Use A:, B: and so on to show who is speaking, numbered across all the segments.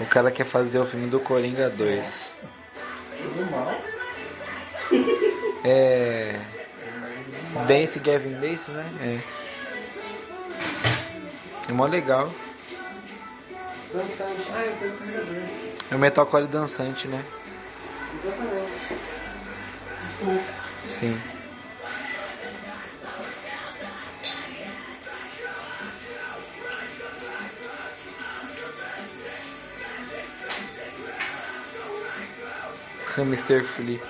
A: O cara quer fazer o filme do Coringa 2.
B: Tudo mal.
A: É. Dance Gavin Dance, né? É. É mó legal.
B: Dançante. Ah, eu tenho que
A: É um metalcore dançante, né?
B: Exatamente.
A: Sim. Hamster Flip.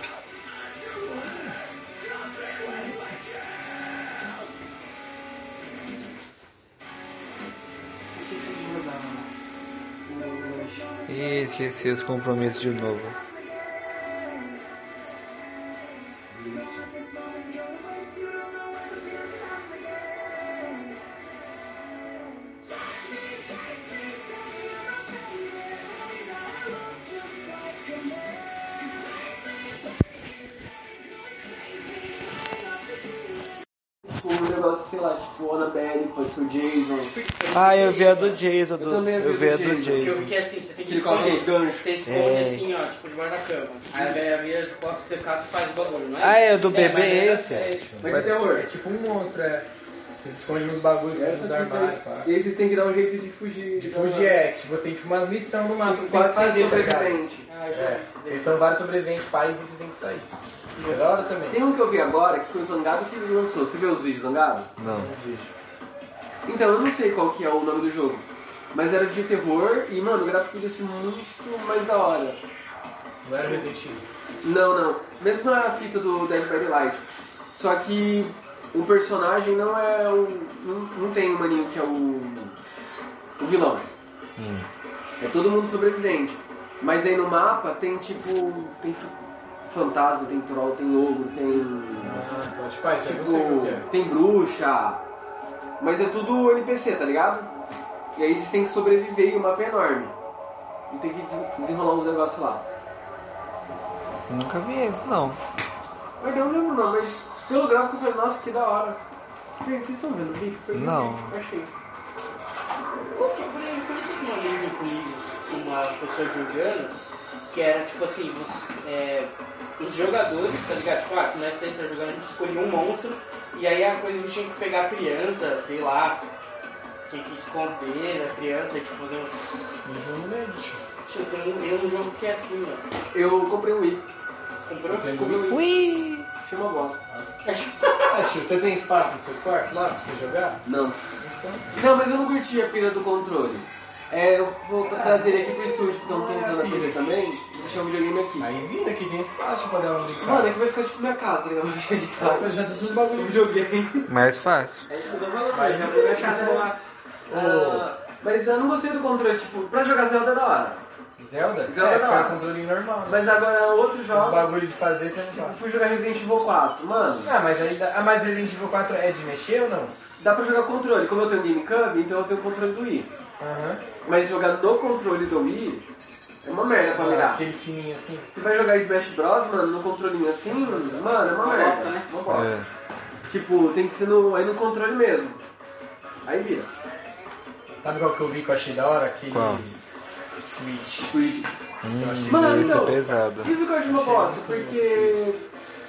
B: Esqueci de mandar né? o o lanche.
A: Ih, esqueci os compromissos de novo.
B: Tipo, um negócio, sei lá, tipo, o Annabelle, pode ser o Jason.
A: Ah, eu vi a do Jason.
B: Eu
A: Do,
B: também vi
A: eu vi a do
C: Porque,
A: Jason.
C: porque assim, você tem que
B: Ele coloca
C: esconder.
B: uns ganchos.
C: Você esconde
A: É.
C: assim, ó, tipo, debaixo da cama. Aí a galera vira, tipo, posso secar, tu faz o bagulho, não é?
A: Ah, é do bebê
C: mas é-
A: esse?
C: é,
D: Mas é terror, é tipo um monstro, é. Você se esconde nos bagulhos, nos armários, pá.
B: E aí vocês têm que dar um jeito de fugir.
D: Tipo o é, tipo, tem tipo umas missões no mapa que você tem que
B: Quatro
D: fazer, tá ligado?
B: sobrevivente.
C: Ah, eu já
D: É,
C: vi
D: vocês
C: esse
D: são vários sobreviventes, pais, e você tem que sair. Isso é da hora também.
B: Tem um que eu vi agora, que foi o Zangado que lançou. Você vê os vídeos Zangado?
A: Não.
B: Então, eu não sei qual que é o nome do jogo. Mas era de terror e, mano, o gráfico podia ser muito mais da hora.
D: Não era Resident Evil.
B: Não, não. Mesma fita do Dead by Daylight. Só que o personagem não é o... Não, não tem o maninho que é o... O vilão.
A: Hum.
B: É todo mundo sobrevivente. Mas aí no mapa tem, tipo... Tem f- fantasma, tem troll, tem ogro, tem...
D: Ah, pode pai, isso aí eu não sei o
B: Tipo,
D: que é.
B: tem bruxa, mas é tudo NPC, tá ligado? E aí vocês têm que sobreviver e o mapa é enorme. E tem que des- desenrolar uns negócios lá.
A: Nunca vi esse, não.
B: Mas eu não lembro não, mas pelo gráfico eu falei, nossa, que da hora. Gente, vocês estão vendo o vídeo? Porque eu
A: Não.
B: vi, Achei.
C: Por que? é Eu falei, eu falei isso uma vez eu li uma pessoa jogando, que era tipo assim, os, é, os jogadores, tá ligado? Tipo, ah, nós daí tá jogando, a gente escolhia um monstro, e aí a coisa a gente tinha que pegar a criança, sei lá, tinha que esconder a criança, e, tipo, fazer um.
D: Mas eu não lembro, tio.
C: Tio, tem um, tem um jogo que é assim, mano.
B: Eu comprei um Wii,
C: Comprou?
D: Tem
B: comprei um Wii,
A: Ui!
B: achei uma bosta.
D: Ah, tio, você tem espaço no seu quarto lá pra você jogar?
B: Não.
D: Então,
B: Não, mas eu não curti a pilha do controle. É, eu vou trazer ele aqui pro estúdio, porque eu não tô usando a pilha também. Vou deixar o videogame aqui.
D: aí vira que tem espaço pra dar uma
B: Mano, é
D: brincada.
B: que vai ficar tipo minha casa, né? Eu vou deixar de
D: Ah,
B: trás.
D: eu já tô os
B: Eu
D: bagulhos.
B: joguei.
A: Mais fácil.
B: É isso que eu tô falando,
D: Mas
B: mas,
D: eu
B: eu
D: vou
B: vou
D: deixar
B: Zelda.
D: rolar.
B: né? Ah, mas eu não gostei do controle, tipo, pra jogar Zelda é da hora.
D: Zelda?
B: Zelda
D: é,
B: não.
D: cara, controle normal. Né?
B: Mas agora outros
D: Os
B: jogos,
D: bagulho de fazer você não
B: tipo,
D: joga.
B: fui jogar Resident Evil 4. Mano,
D: Ah, mas aí dá... Ah, mas Resident Evil 4 é de mexer ou não?
B: dá pra jogar controle. Como eu tenho GameCube, então eu tenho o controle do Wii.
D: Aham.
B: Mas jogar no controle do Wii é uma merda pra mirar.
D: Aquele fininho assim.
B: Você vai jogar Smash Bros, mano, no controlinho assim, mano, é uma
C: Uma
B: merda.
C: bosta, né?
B: Uma bosta.
A: É.
B: Tipo, tem que ser no, aí no controle mesmo. Aí vira.
D: Sabe qual que eu vi que eu achei da hora? Aquele
A: Qual?
D: Switch.
B: Switch.
D: Eu achei
B: Mano,
A: Hum, esse é
B: então,
A: pesado.
B: Isso que eu acho uma
D: Achei
B: bosta,
D: muito
B: porque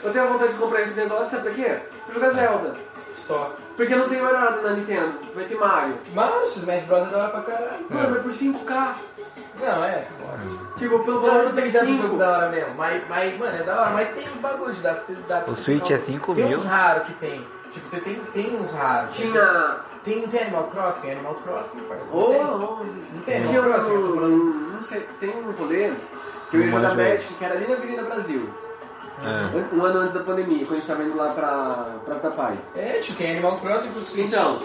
B: eu tenho vontade de comprar esse negócio, sabe pra quê? Pra jogar Zelda.
D: só.
B: Porque não tem mais nada na Nintendo, vai ter Mario.
D: Mas o Smash Bros é da hora pra caralho.
B: Mano, é por 5K.
D: Não, é.
B: Tipo, pelo
D: Não,
B: valor
D: não
B: do
D: tem tanto jogo da
B: PS5.
D: hora mesmo. Mas, mas, mano, é da hora. Mas tem uns bagulhos, dá pra você. Dá pra
A: O
D: você
A: Switch
D: ficar- um-
A: é 5
D: Tem
A: mil?
D: uns raros que tem. Tipo, você tem, tem uns raros.
B: Tinha.
D: Tem, tem Animal Crossing? Animal Crossing, parceiro.
B: Ô,
D: tem.
B: ô,
D: Não tem
B: tinha
D: Animal Crossing? eu tô falando.
B: um. Não sei, tem um rolê que eu ia
A: Não
B: jogar
A: mais velho.
B: um Magic, que era ali na Avenida Brasil.
A: É.
B: an- Um ano antes da pandemia, quando a gente tava indo lá pra Praça da Paz.
D: É, tipo, tem Animal Crossing pro Switch.
B: Então,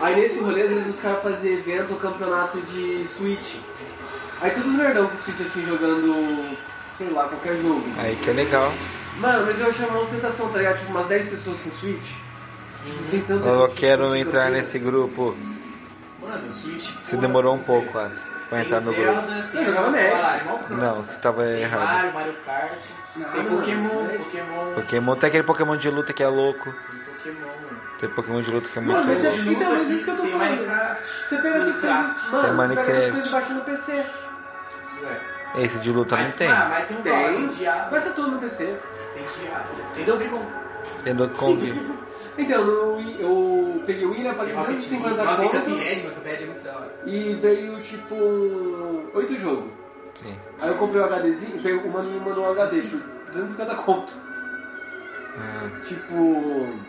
B: aí nesse rolê eles os caras fazer evento, campeonato de Switch. Aí todos os nerdão com Switch assim jogando, sei lá, qualquer jogo.
A: Aí que é legal.
B: Mano, mas eu achei uma ostentação, tá ligado? Tipo, umas 10 pessoas com Switch. Tem tanta gente
A: Eu
B: que
A: quero
B: fica
A: entrar
B: puta.
A: nesse grupo.
D: Mano, o Switch.
A: Você
D: porra,
A: demorou um
D: tem-
A: pouco, quase, pra entrar no
D: tem
A: grupo.
D: Zelda,
B: Eu
D: tem
B: jogava Magic.
D: Ah, Animal Crossing.
A: Não, você tava
D: Tem
A: errado.
D: Mario, Mario Kart.
B: Não,
D: tem
B: mano,
D: Pokémon,
B: Magic.
D: Pokémon.
A: Pokémon, tem aquele Pokémon de luta que é louco.
D: Tem Pokémon, mano.
A: Tem Pokémon de luta que é muito
B: Mano, mas
A: louco.
B: é- então, mas isso que eu tô
D: Tem
B: falando.
D: Minecraft.
B: Você pega essas coisas,
C: Minecraft.
B: mano,
A: Tem
B: você pega essas
A: Minecraft.
B: coisas e baixa no PC.
D: Isso é.
A: Esse de luta não
D: Mas-
A: tem.
D: Ah, mas tem um
B: Tem.
D: dólar, tem diabo,
B: Mas tá tudo no PC.
D: tem diabo. Tem Donkey Kong.
A: Tem Donkey Kong.
B: Então, no Wii- eu peguei o Wii, né, paguei
D: Tem Rocket League.
B: 250
D: Nossa, tem
B: conto
D: Cuphead, mas Cuphead é muito da hora.
B: e veio, tipo, oito jogos.
A: Sim.
B: Aí eu comprei o HDzinho, veio o maninho e mandou um HD, tipo, 250 conto.
A: Ah,
B: Tipo...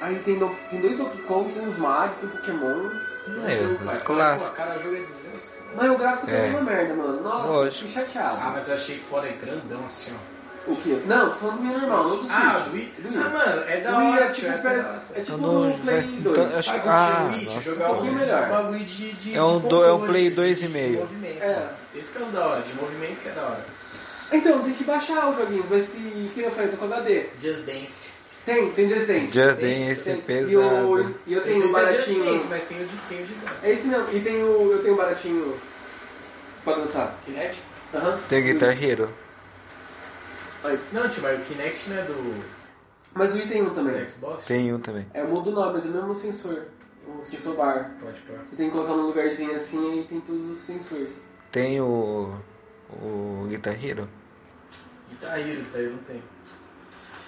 B: Aí tem, do- tem dois Donkey Kong, tem uns Mario, tem Pokémon.
A: não é, os
D: Pô,
A: clássicos.
D: cada jogo é 200. cara.
B: Mas o gráfico
A: É.
B: é uma merda, mano. Nossa,
A: Lógico.
B: fiquei chateado.
D: Ah, mas eu achei foda, é grandão assim, ó.
B: O quê? Não, tô falando do Wii normal, não do Switch.
D: Ah, o Wii.
B: Do
D: Ah, mano, é da
B: Hum. O Wii
D: hora,
B: é tipo,
D: tio, é
B: pera-
D: da hora.
B: é
A: Então,
B: tipo do
A: não,
B: Play
A: vai-
B: 2.
A: então, eu acho-
D: Sabe
A: que-
D: quando
A: ah,
D: tinha o Wii,
A: nossa,
D: jogar
B: tá
D: um
B: bom.
D: melhor. bagulho de, de,
A: É um
D: de
A: do- é um
D: controle,
A: Play
D: de-
A: dois e
D: de
A: meio.
D: movimento.
B: É.
D: Esse que é o da hora, de movimento que é da hora.
B: Então, tem que baixar os joguinhos, mas se... Que eu falei, tô com HD.
D: Just Dance.
B: Tem, tem Just Dance.
A: Just
B: Tem,
A: Dance é
B: tem. E
A: pesado.
B: eu, e eu
D: Não sei se
B: tenho
D: é
B: um baratinho...
D: Just Dance, mas tem o de, tem o de dança.
B: É esse mesmo, e tem o, eu tenho um baratinho pra dançar.
C: Kinect?
B: Aham.
A: Tem o Guitar Hero.
D: Não, tio, mas o Kinect não é do,
B: Mas o Wii tem um também.
D: do Xbox?
A: Tem um também.
B: É, muda o nome, mas é o mesmo sensor. O sensor bar.
D: Pode pôr.
B: Você tem que colocar num lugarzinho assim e tem todos os sensores.
A: Tem o. O Guitar Hero.
D: E tá aí, tá aí, não tem.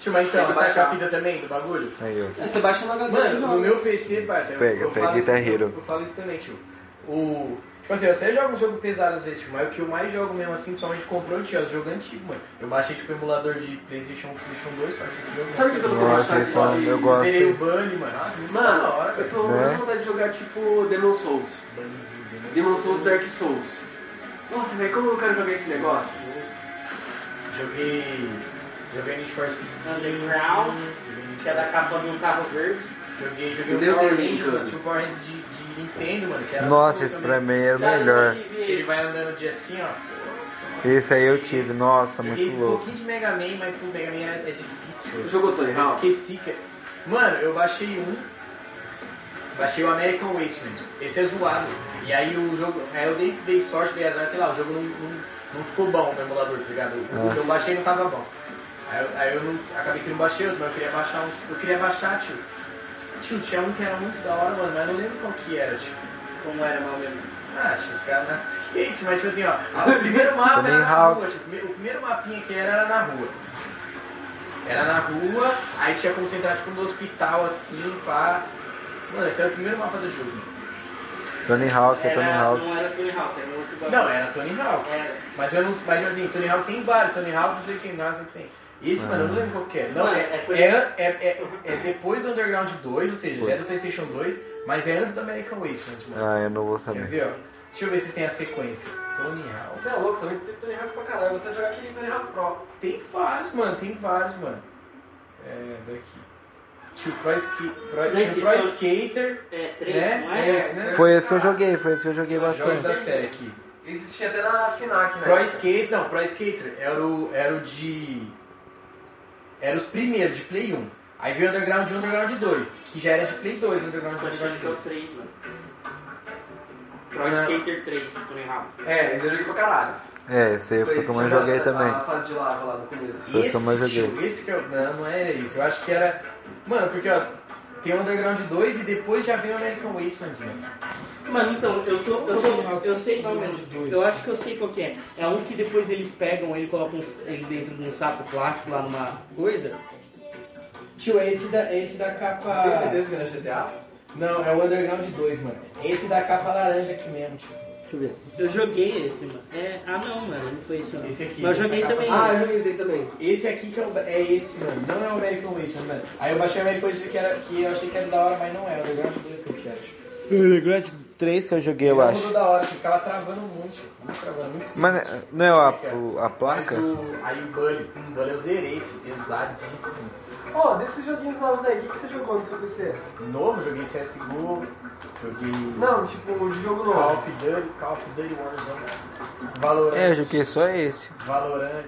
D: Tio, mas
B: Tem que
D: então, sabe qual é a
B: baixar.
D: fita também do bagulho?
A: Aí, ó.
B: Aí você baixa no HD e
D: Mano,
B: joga.
D: no meu PC, parceiro,
A: Pega,
D: eu,
A: pega
D: falo isso,
A: Guitar Hero.
D: eu, eu falo isso também, tio. O, tipo assim, eu até jogo um jogo pesado às vezes, tio, mas o que eu mais jogo mesmo assim, principalmente controle, tio, é os jogos antigos, mano. Eu baixei tipo emulador de Playstation 1, Playstation 2, parceiro, de jogo.
B: Sabe o que eu tô
D: mano.
B: com
A: Nossa,
B: vontade de
A: esse é um-
B: jogar?
A: eu gosto.
D: Zerei o
A: desse.
D: Bunny, mano. Nossa, muito da tá hora,
B: Mano, eu
D: velho.
B: tô
A: Né?
B: com vontade de jogar tipo Demon Souls.
D: Bunnyzinho, né?
B: Demon Souls Dark Souls. Nossa, velho, como eu quero jogar esse negócio?
D: Joguei. Joguei Need for Speed.
C: Underground, que é da capa de um carro verde.
D: Joguei, joguei o
B: Meu
D: Power
B: Deus,
D: Rangers,
B: cara.
D: mano. Tinha o Power Rangers de, de Nintendo, mano. Que era
A: Nossa,
D: muito
A: esse
D: também.
A: pra mim era É o
C: Já
A: melhor.
C: eu tive
D: Ele
C: esse.
D: vai andando de assim, ó.
A: Esse aí eu tive, nossa,
D: Joguei
A: muito
D: um
A: louco.
D: pouquinho de Mega Man, mas o Mega Man é, é difícil.
B: Você
D: velho.
B: Jogou Tony
D: Eu
B: Hawk?
D: esqueci que. é. Mano, eu baixei um. Baixei o American Wasteland. Esse é zoado. E aí o jogo. Aí eu dei, dei sorte, dei azar, sei lá, o jogo não, não, não ficou bom no emulador, tá ligado? O
A: Ah.
D: que eu baixei não tava bom. Aí, eu- aí eu não, acabei que não baixei outro, mas eu queria baixar uns. Eu queria baixar, tio. Tio, tinha um que era muito da hora, mano, mas eu não lembro qual que era, tio.
C: Como era mal mesmo.
D: Ah, tio, os caras na skate, mas tipo assim, ó. O primeiro mapa
A: Tony
D: era na
A: Hawk.
D: rua, tipo, o prime- o primeiro mapinha que era era na rua. Era na rua, aí tinha como você entrar tipo no hospital assim, pá. Mano, esse era o primeiro mapa do jogo.
A: Tony Hawk, é Tony
C: Era-
A: Hawk.
C: Não era Tony Hawk, era um outro bagulho.
D: Não, era Tony Hawk.
C: Era.
D: Mas eu não. Mas tipo assim, Tony Hawk tem vários, Tony Hawk não sei o que, não sei o que tem. Esse, mano, eu não lembro qual que é. Não,
C: Mano,
D: é,
C: é
D: é,
C: coisa-
D: é, é- é depois do Underground 2, ou seja, já é do
A: Putz.
D: PlayStation 2, mas é antes do American Wasteland, mano.
A: Ah, eu não vou
D: Quer
A: saber.
D: ver, ó? Deixa eu ver se tem a sequência. Tony Hawk.
B: Você é louco, também tem Tony Hawk pra caralho. Você vai jogar aquele Tony Hawk Pro.
D: Tem vários, mano, tem vários, mano. É, daqui. Tio Pro, Ski- Pro-
C: Nesse
D: Tio Pro
C: então-
D: Skater,
C: É, três,
D: né?
C: não
D: É
C: é?
D: esse, né?
A: Foi esse que eu joguei, foi esse que eu joguei
D: Jogos da
A: bastante.
D: série aqui.
B: Existia até na FNAC, né?
D: Pro Skater, não, Pro Skater era o, era o de... Era os primeiros, de Play 1. Aí veio Underground 1 e Underground 2, que já era de Play 2, Underground 1
C: Eu achei
D: Underground
C: que é o
D: 2.
C: 3, mano.
D: Não.
C: Pro Skater 3, Tony Hawk.
B: É, mas eu joguei pra caralho.
A: É, esse aí foi o que eu mais
B: Existia
A: joguei
B: a-
A: também.
B: A fase tá, de lava lá do começo.
A: Foi o que eu mais joguei.
D: tio, esse que eu... Não, não era isso. Eu acho que era... Mano, porque, ó, tem o Underground 2 e depois já veio o American Wasteland, mano.
C: Mano, então, eu tô. Eu, tô, eu sei qual é.
D: Dois.
C: Eu acho que eu sei qual que é. É um que depois eles pegam, ele coloca uns- ele dentro de um saco plástico lá numa coisa.
D: Tio, é esse da, é esse da capa...
B: Tem certeza que é era GTA?
D: Não, é o Underground 2, mano. Esse da capa laranja aqui mesmo, tipo. tio.
C: Deixa eu ver. Eu joguei esse, mano. É, ah não, mano, não foi esse não.
D: Esse aqui,
C: Mas eu
D: essa
C: joguei
D: capa.
C: também.
B: Ah, eu joguei esse aí também.
D: Esse aqui que é, o, é esse, mano. Não é o American Wasteland, mano. Aí eu baixei o American Wasteland que, era, que eu achei que era da hora, mas não é. O Underground 2 que eu quero. tio.
A: O Grant 3 que eu joguei, eu
D: Não
A: acho.
D: mudou da hora, tio. Ficava travando muito, tio. Muito travando, muito esquisito.
A: Mas eh, não é a, o- a
D: Mas
A: placa?
D: o, aí o Bully, o Bully eu zerei, filho. pesadíssimo.
B: Ó, desses joguinhos novos aí, o que que você jogou no seu PC?
D: Novo, joguei CSGO, joguei
B: Não, tipo, de jogo
D: Call
B: novo.
D: of Duty, Call of Duty Warzone, Valorant,
A: É, eu joguei só esse.
D: Valorant,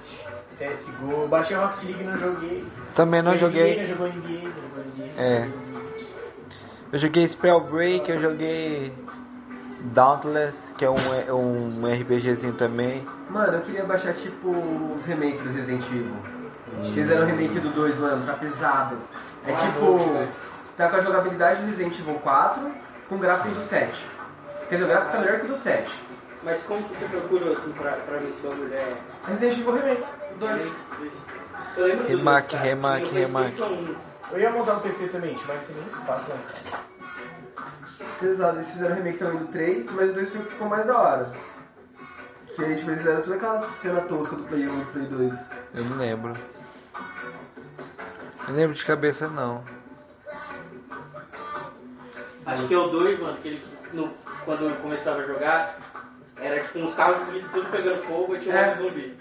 D: CSGO, baixei Rocket League e não joguei.
A: Também não
D: Ninguém
A: joguei.
D: jogou ninguém, não jogou ninguém.
A: É. Eu joguei Spellbreak, eu joguei Dauntless, que é um, é um RPGzinho também.
B: Mano, eu queria baixar, tipo, os remakes do Resident Evil. Fizeram o remake do 2, mano, tá pesado. É
D: Ah,
B: tipo,
D: novo, né?
B: tá com a jogabilidade do Resident Evil 4 com o gráfico do 7. Quer dizer, o gráfico tá melhor que o do 7.
C: Mas como que você procurou assim pra, pra ver se o bagulho é.
B: Resident Evil Remake. Dois.
C: Eu lembro dos
A: Remake,
C: dois, cara.
A: remake,
C: Tinha um o
A: remake.
C: PlayStation 1.
D: Eu ia montar um PC também, mas tem nem espaço, né?
B: Exato, eles fizeram remake também do 3, mas o 2 foi o que ficou mais da hora. Que aí, tipo, eles fizeram toda aquela cena tosca do Play 1 e do Play 2.
A: Eu não lembro. Não lembro de cabeça, não.
C: Acho que é o 2, mano, que ele, no- quando eu começava a jogar, era tipo uns carros de polícia tudo pegando fogo e tinha um
B: É.
C: monte de zumbi.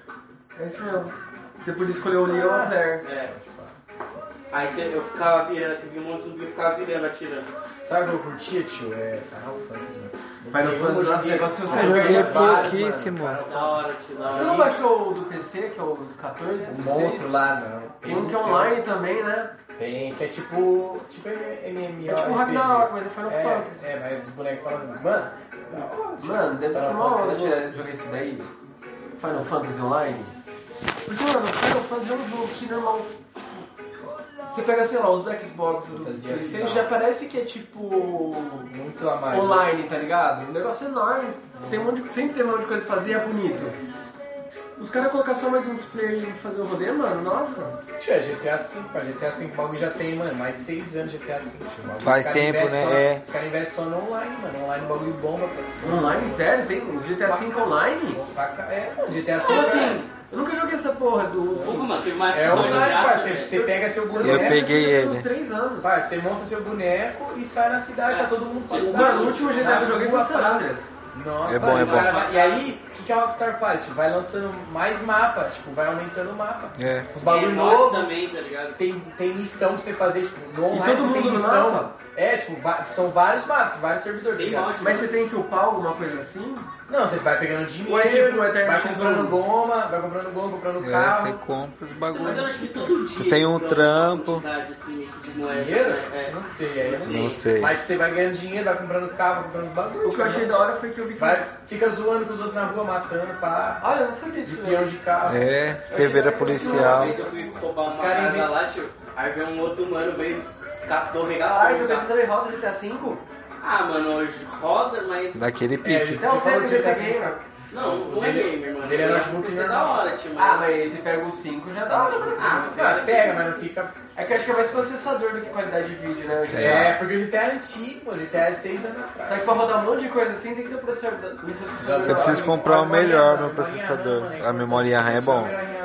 B: É isso mesmo. Ah. Você podia escolher o Leon ou a Claire.
C: É. Aí você- eu ficava virando, assim, vi um monte de zumbi, eu ficava virando, atirando.
D: Sabe o que eu curtia, tio? É Final Fantasy, mano.
B: Final
D: Eu
B: Fantasy,
D: joguei-
B: negócio é
D: eu
B: você
D: joguei
B: joga
D: vários,
A: pouquíssimo.
D: mano. Final
C: Da hora, tio, da
B: Você não
C: hora.
B: baixou o do PC, que é o do 14?
D: O Um monstro lá, não.
B: Tem um que é online também, né?
D: Tem, que é tipo. Tipo MMO.
B: É tipo um Ragnarok, mas é Final Fantasy.
D: É, mas é dos bonecos falando, mano.
B: Mano, deve ser
D: Final
B: uma onda
D: Fantasy é
B: tirar- jogar isso daí. Final Fantasy Online. Porque, mano, Final Fantasy é um jogo que normal. Você pega, sei lá, os do Xbox, do
D: Fantasia
B: PlayStation,
D: final.
B: já parece que é tipo.
D: Muito a mais. né?
B: online, tá ligado? Um negócio enorme. Tem um monte de, sempre tem um monte de coisa pra fazer, é bonito. Os caras colocar só mais uns players e fazer o rolê, mano, nossa.
D: Tio, é GTA V, pá, GTA V o bagulho já tem, mano, mais de 6 anos de GTA V, tio. O bagulho,
A: Faz
D: os cara
A: tempo,
D: investem
A: né?
D: só-
A: É.
D: Os caras investem só no online, mano. Online o bagulho bomba pra
B: Online, sério? Tem um GTA V online?
D: pra ca- É, mano, GTA V.
B: Como assim? Eu nunca joguei essa porra do.
C: Fogo, mano, teve uma
D: É
C: uma
D: online,
C: graça,
D: parceiro.
C: velho.
D: Você pega seu
A: Eu
D: boneco.
A: peguei
B: tipo Uns
A: ele.
B: três anos.
D: Pá, você monta seu boneco e sai na cidade, tá todo mundo
C: Vocês-
B: Mano, o último GTA que eu
D: Nas
B: joguei foi um o
D: ruas,
B: San Andreas.
D: Nossa,
A: É bom, é
D: os cara
C: bom.
D: vai- E aí, o que, que a Rockstar faz? Tipo, vai lançando mais mapa, tipo, vai aumentando o mapa.
A: É.
D: Os
C: Tem
D: bagulho
C: mod
B: né?
D: novo,
C: também, tá ligado?
D: tem, tem missão pra você fazer, tipo, no online
B: todo
D: você
B: mundo
D: tem
B: no
D: missão.
B: mapa?
D: É, tipo, va- são vários mapas, vários servidores. tá
C: Tem
D: ligado?
C: mod.
B: Mas
C: mano.
B: você tem que upar alguma coisa assim?
D: Não, você vai pegando
B: Ou é
D: dinheiro,
B: tipo o Eterno
D: vai
B: X1.
D: comprando goma, vai comprando goma, comprando
A: É,
D: carro.
A: você compra os
C: Se não me engano,
A: bagulhos.
C: acho que todo dia
A: tem um
C: eles dão uma
A: trampo.
C: quantidade, assim, de moedas,
D: Dinheiro?
C: né? É.
D: Não sei, aí eu não sei.
A: Não sei.
D: Mas você vai ganhando dinheiro, vai comprando carro, vai comprando bagulho.
B: O que eu achei da hora foi que eu vi que.
D: Vai, fica zoando com os outros na rua, matando, pá,
B: Olha, eu não sabia
D: de
B: disso. né?
D: peão de carro.
A: É, cerveira
C: Uma
A: policial.
C: vez eu fui roubar uma
D: Os caras
C: casa
D: inventam-
C: lá, tio. Aí veio um outro mano, veio, captou, regaçou.
D: Ah,
B: Caralho, você
C: tá?
B: pensando em roda GTA V?
C: Ah, mano, hoje roda, mas.
A: Daquele
D: É,
A: pique. né?
B: Não,
D: você falou
B: sempre
D: de
B: joguei,
D: assim,
B: mano.
C: Não, não é
D: Dele-
C: gamer, mano.
D: dele é
C: Eu acho
D: notebook
C: que Você é
D: normal.
C: da hora, tio, mas.
B: Ah, mas você pega o 5 já dá tipo, né?
D: é
C: Ah,
B: uma.
C: mas
D: Cara, pega, mas não fica.
B: É que eu acho que é mais processador do que qualidade de vídeo, né? o GTA.
D: É, porque o GTA é antigo, o GTA é 6 anos atrás.
B: Só que pra rodar um monte de coisa assim tem que ter um processador. Um processador
A: Eu preciso
B: da hora.
A: comprar o
D: Memória
A: melhor
D: RAM,
A: no
D: memória RAM,
A: processador.
D: mano, é
A: A memória RAM é bom.
D: importante.